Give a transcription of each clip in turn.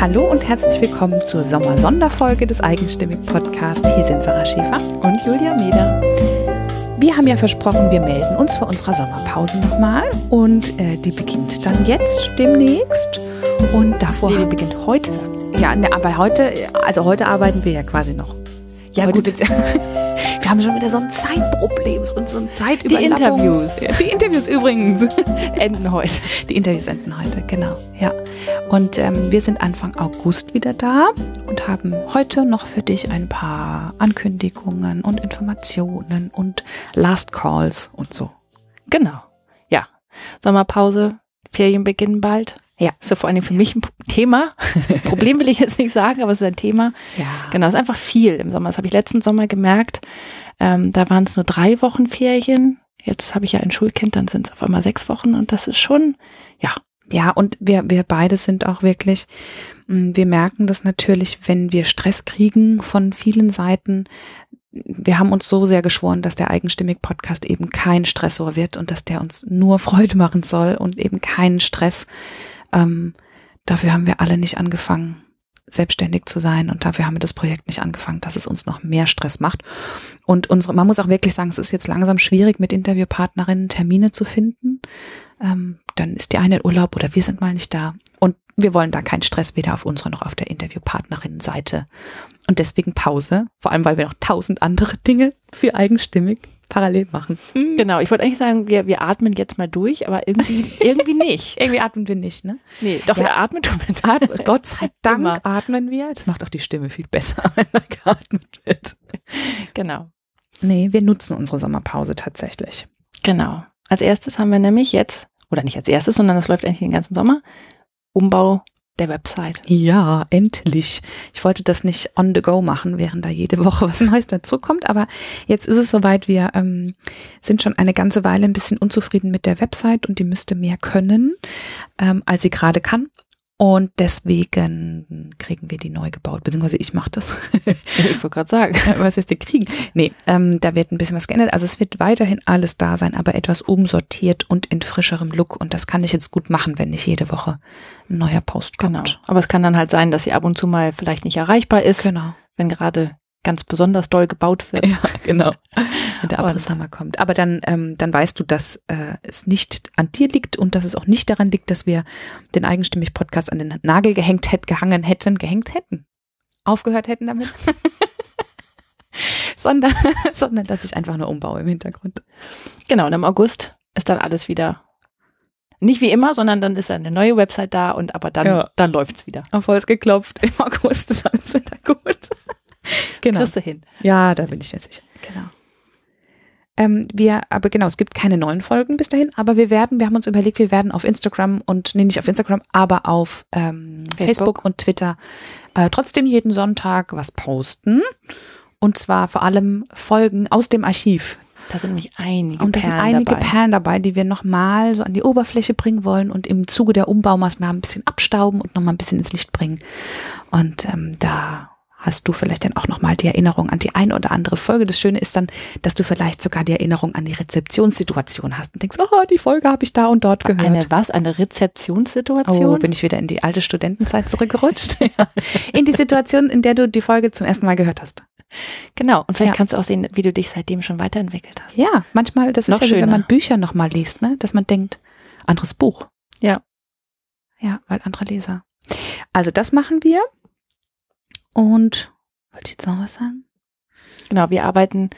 Hallo und herzlich willkommen zur Sommer-Sonderfolge des Eigenstimmig Podcasts. Hier sind Sarah Schäfer und Julia Meder. Wir haben ja versprochen, wir melden uns vor unserer Sommerpause nochmal und äh, die beginnt dann jetzt demnächst und davor Nee, die beginnt heute. ja, ne, aber heute, also heute arbeiten wir ja quasi noch. Ja, heute, gut. wir haben schon wieder so ein Zeitproblem und so ein Zeitüberlappungs- Interviews. Ja, die Interviews übrigens. Enden heute. Die Interviews enden heute, genau. Ja. Und ähm, wir sind Anfang August wieder da und haben heute noch für dich ein paar Ankündigungen und Informationen und Last Calls und so. Genau. Ja. Sommerpause, Ferien beginnen bald. Ja. Ist ja vor allem für mich ein Thema. Problem will ich jetzt nicht sagen, aber es ist ein Thema. Ja. Genau, es ist einfach viel im Sommer. Das habe ich letzten Sommer gemerkt. Ähm, da waren es nur drei Wochen Ferien. Jetzt habe ich ja ein Schulkind, dann sind es auf einmal sechs Wochen und das ist schon, Ja, und wir, wir beide sind auch wirklich, mh, wir merken das natürlich, wenn wir Stress kriegen von vielen Seiten. Wir haben uns so sehr geschworen, dass der Eigenstimmig-Podcast eben kein Stressor wird und dass der uns nur Freude machen soll und eben keinen Stress. Ähm, dafür haben wir alle nicht angefangen, selbstständig zu sein und dafür haben wir das Projekt nicht angefangen, dass es uns noch mehr Stress macht. Und unsere, man muss auch wirklich sagen, es ist jetzt langsam schwierig, mit Interviewpartnerinnen Termine zu finden ähm, dann ist die eine in Urlaub oder wir sind mal nicht da. Und wir wollen da keinen Stress weder auf unserer noch auf der Interviewpartnerinnenseite. Und deswegen Pause, vor allem weil wir noch tausend andere Dinge für eigenstimmig parallel machen. genau, ich wollte eigentlich sagen, wir, wir atmen jetzt mal durch, aber irgendwie, irgendwie nicht. Irgendwie atmen wir nicht, ne? Nee, doch, Ja. Ah. wir atmen tun wir At Gott sei Dank Immer. atmen wir. Das macht auch die Stimme viel besser, wenn man geatmet wird. Genau. Nee, wir nutzen unsere Sommerpause tatsächlich. Genau. Als erstes haben wir nämlich jetzt, oder nicht als erstes, sondern das läuft eigentlich den ganzen Sommer, Umbau der Website. Ja, endlich. Ich wollte das nicht on the go machen, während da jede Woche was Neues dazukommt, aber jetzt ist es soweit. Wir ähm, sind schon eine ganze Weile ein bisschen unzufrieden mit der Website und die müsste mehr können, ähm, als sie gerade kann. Und deswegen kriegen wir die neu gebaut, beziehungsweise ich mache das. Ich wollte gerade sagen. was ist die kriegen? Nee, ähm, da wird ein bisschen was geändert. Also es wird weiterhin alles da sein, aber etwas umsortiert und in frischerem Look. Und das kann ich jetzt gut machen, wenn nicht jede Woche ein neuer Post kommt. Genau. Aber es kann dann halt sein, dass sie ab und zu mal vielleicht nicht erreichbar ist, Genau. wenn gerade ganz besonders doll gebaut wird. Ja, genau. Wenn der Abrisshammer kommt. Aber dann, ähm, dann weißt du, dass äh, es nicht an dir liegt und dass es auch nicht daran liegt, dass wir den eigenstimmig Podcast an den Nagel gehängt hätten, gehangen hätten, gehängt hätten, aufgehört hätten damit. sondern, sondern dass ich einfach nur umbaue im Hintergrund. Genau, und im August ist dann alles wieder nicht wie immer, sondern dann ist eine neue Website da und aber dann, Ja. dann läuft's wieder. Auf Holz geklopft. Im August ist alles wieder gut. genau. Kriegst du hin. Ja, da bin ich mir sicher. Genau. Ähm, wir, aber genau, es gibt keine neuen Folgen bis dahin, aber wir werden, wir haben uns überlegt, wir werden auf Instagram und, nee, nicht auf Instagram, aber auf ähm, Facebook. Facebook. und Twitter äh, trotzdem jeden Sonntag was posten. Und zwar vor allem Folgen aus dem Archiv. Da sind nämlich einige Und Oh, da sind Perlen einige dabei. Perlen dabei, die wir nochmal so an die Oberfläche bringen wollen und im Zuge der Umbaumaßnahmen ein bisschen abstauben und nochmal ein bisschen ins Licht bringen. Und ähm, da hast du vielleicht dann auch nochmal die Erinnerung an die ein oder andere Folge. Das Schöne ist dann, dass du vielleicht sogar die Erinnerung an die Rezeptionssituation hast und denkst, oh, die Folge habe ich da und dort gehört. Eine was? Eine Rezeptionssituation? Oh, bin ich wieder in die alte Studentenzeit zurückgerutscht. Ja. in die Situation, in der du die Folge zum ersten Mal gehört hast. genau. Und vielleicht Ja. kannst du auch sehen, wie du dich seitdem schon weiterentwickelt hast. Ja, manchmal, das ist Noch ja, wie, wenn schöner. man Bücher nochmal liest, ne? dass man denkt, anderes Buch. Ja. Ja, weil andere Leser. Also das machen wir. Und wollte ich jetzt noch was sagen? Genau, wir arbeiten,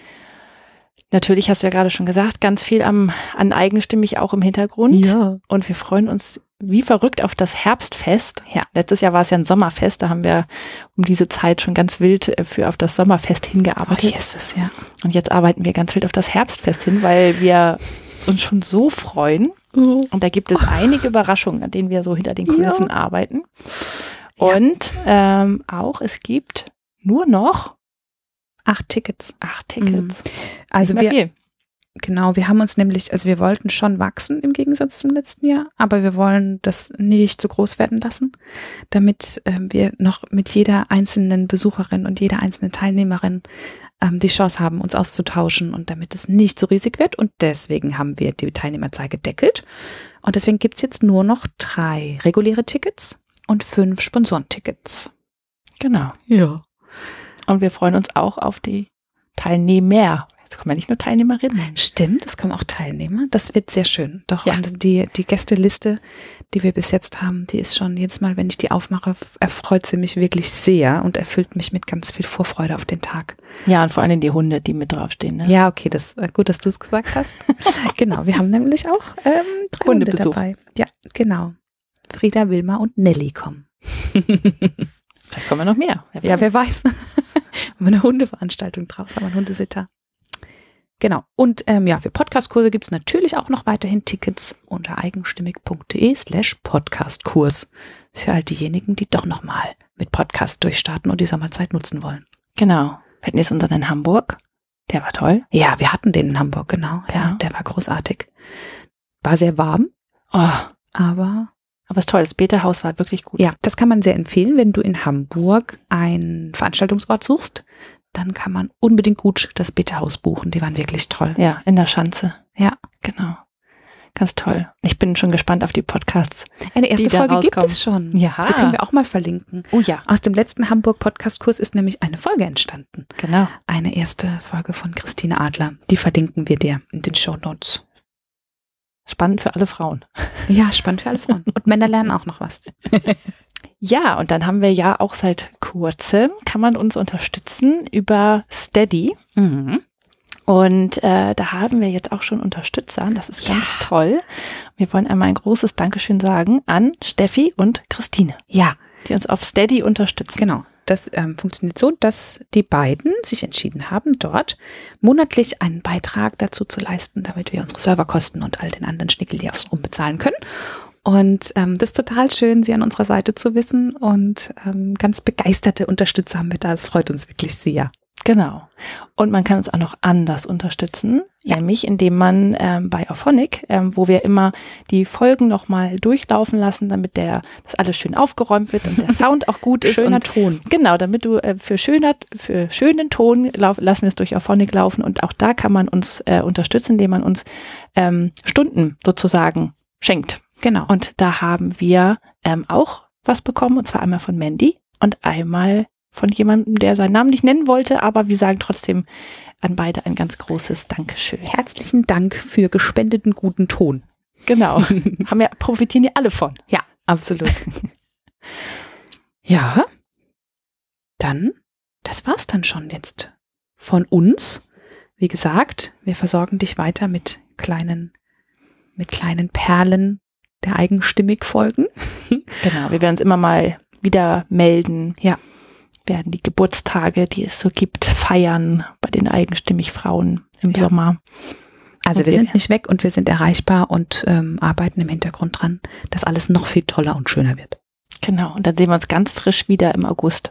natürlich hast du ja gerade schon gesagt, ganz viel am, an eigenstimmig auch im Hintergrund. ja. Und wir freuen uns wie verrückt auf das Herbstfest. Ja. Letztes Jahr war es ja ein Sommerfest, da haben wir um diese Zeit schon ganz wild äh, für auf das Sommerfest Oh, hingearbeitet. Jesus, ja. Und jetzt arbeiten wir ganz wild auf das Herbstfest hin, weil wir uns schon so freuen. Und da gibt es einige Überraschungen, an denen wir so hinter den Ja. Kulissen arbeiten. Ja. Und ähm, auch es gibt nur noch Acht Tickets. acht Tickets. Also Nicht mehr wir, viel. genau, wir haben uns nämlich, also wir wollten schon wachsen im Gegensatz zum letzten Jahr, aber wir wollen das nicht zu groß werden lassen, damit ähm, wir noch mit jeder einzelnen Besucherin und jeder einzelnen Teilnehmerin ähm, die Chance haben, uns auszutauschen und damit es nicht so riesig wird. Und deswegen haben wir die Teilnehmerzahl gedeckelt. Und deswegen gibt's jetzt nur noch drei reguläre Tickets und fünf Sponsorentickets. Genau. Ja. Und wir freuen uns auch auf die Teilnehmer. Jetzt kommen ja nicht nur Teilnehmerinnen. Stimmt, es kommen auch Teilnehmer. Das wird sehr schön. Doch, Ja. und die, die Gästeliste, die wir bis jetzt haben, die ist schon jedes Mal, wenn ich die aufmache, f- erfreut sie mich wirklich sehr und erfüllt mich mit ganz viel Vorfreude auf den Tag. Ja, und vor allem die Hunde, die mit draufstehen. Ne? Ja, okay, das äh, gut, dass du es gesagt hast. genau, wir haben nämlich auch ähm, drei Hunde Hundebesuch. dabei. Ja, genau. Frieda, Wilma und Nelly kommen. Vielleicht kommen wir noch mehr. Wer Ja, weiß. wer weiß. haben wir eine Hundeveranstaltung draus, haben wir einen Hundesitter. Genau. Und ähm, ja, für Podcastkurse gibt's natürlich auch noch weiterhin Tickets unter eigenstimmig.de slash Podcastkurs. Für all diejenigen, die doch nochmal mit Podcast durchstarten und die Sommerzeit nutzen wollen. genau. Wir hatten jetzt unseren in Hamburg. Der war toll. Ja, wir hatten den in Hamburg, genau. Ja, Ja. der war großartig. War sehr warm, Oh, aber Aber es ist toll, das Beta-Haus war wirklich gut. Ja, das kann man sehr empfehlen, wenn du in Hamburg einen Veranstaltungsort suchst. Dann kann man unbedingt gut das Beta-Haus buchen. Die waren wirklich toll. Ja, in der Schanze. Ja. Genau. Ganz toll. Ich bin schon gespannt auf die Podcasts. Eine erste da Folge gibt rauskommen. es schon. Ja. Die können wir auch mal verlinken. Oh ja, Aus dem letzten Hamburg-Podcast-Kurs ist nämlich eine Folge entstanden. genau. Eine erste Folge von Christine Adler. Die verlinken wir dir in den Show Notes. Spannend für alle Frauen. Ja, spannend für alle Frauen. Und Männer lernen auch noch was. Ja, und dann haben wir ja auch seit kurzem, kann man uns unterstützen über Steady. Mhm. Und äh, da haben wir jetzt auch schon Unterstützer. Das ist ganz toll. Wir wollen einmal ein großes Dankeschön sagen an Steffi und Christine, Ja, die uns auf Steady unterstützen. Genau. Das ähm, funktioniert so, dass die beiden sich entschieden haben, dort monatlich einen Beitrag dazu zu leisten, damit wir unsere Serverkosten und all den anderen Schnickel, die aufs Rum bezahlen können. Und ähm, das ist total schön, sie an unserer Seite zu wissen. Und ähm, ganz begeisterte Unterstützer haben wir da. Es freut uns wirklich sehr. Genau. Und man kann uns auch noch anders unterstützen, nämlich indem man ähm, bei Auphonic, ähm, wo wir immer die Folgen nochmal durchlaufen lassen, damit der das alles schön aufgeräumt wird und der Sound auch gut ist. und, Ton. Genau, damit du äh, für schöner, für schönen Ton lauf, lassen wir es durch Auphonic laufen und auch da kann man uns äh, unterstützen, indem man uns ähm, Stunden sozusagen schenkt. Genau. Und Und da haben wir ähm, auch was bekommen, und zwar einmal von Mandy und einmal von jemandem, der seinen Namen nicht nennen wollte, aber wir sagen trotzdem an beide ein ganz großes Dankeschön. herzlichen Dank für gespendeten guten Ton. Genau. haben wir, profitieren ja alle von. Ja, absolut. ja, dann, das war's dann schon jetzt von uns. Wie gesagt, wir versorgen dich weiter mit kleinen, mit kleinen Perlen der eigenstimmig Folgen. Genau. Wir werden uns immer mal wieder melden. Ja. Werden die Geburtstage, die es so gibt, feiern bei den eigenstimmig Frauen im Ja. Sommer. Also Und wir wir- sind nicht weg und wir sind erreichbar und ähm, arbeiten im Hintergrund dran, dass alles noch viel toller und schöner wird. Genau. Und dann sehen wir uns ganz frisch wieder im August.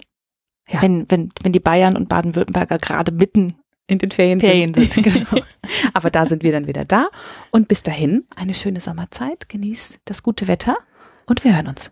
Ja. Wenn, wenn, wenn die Bayern und Baden-Württemberger gerade mitten In den Ferien, Ferien sind. Genau. Aber da sind wir dann wieder da. Und bis dahin, eine schöne Sommerzeit. Genieß das gute Wetter und wir hören uns.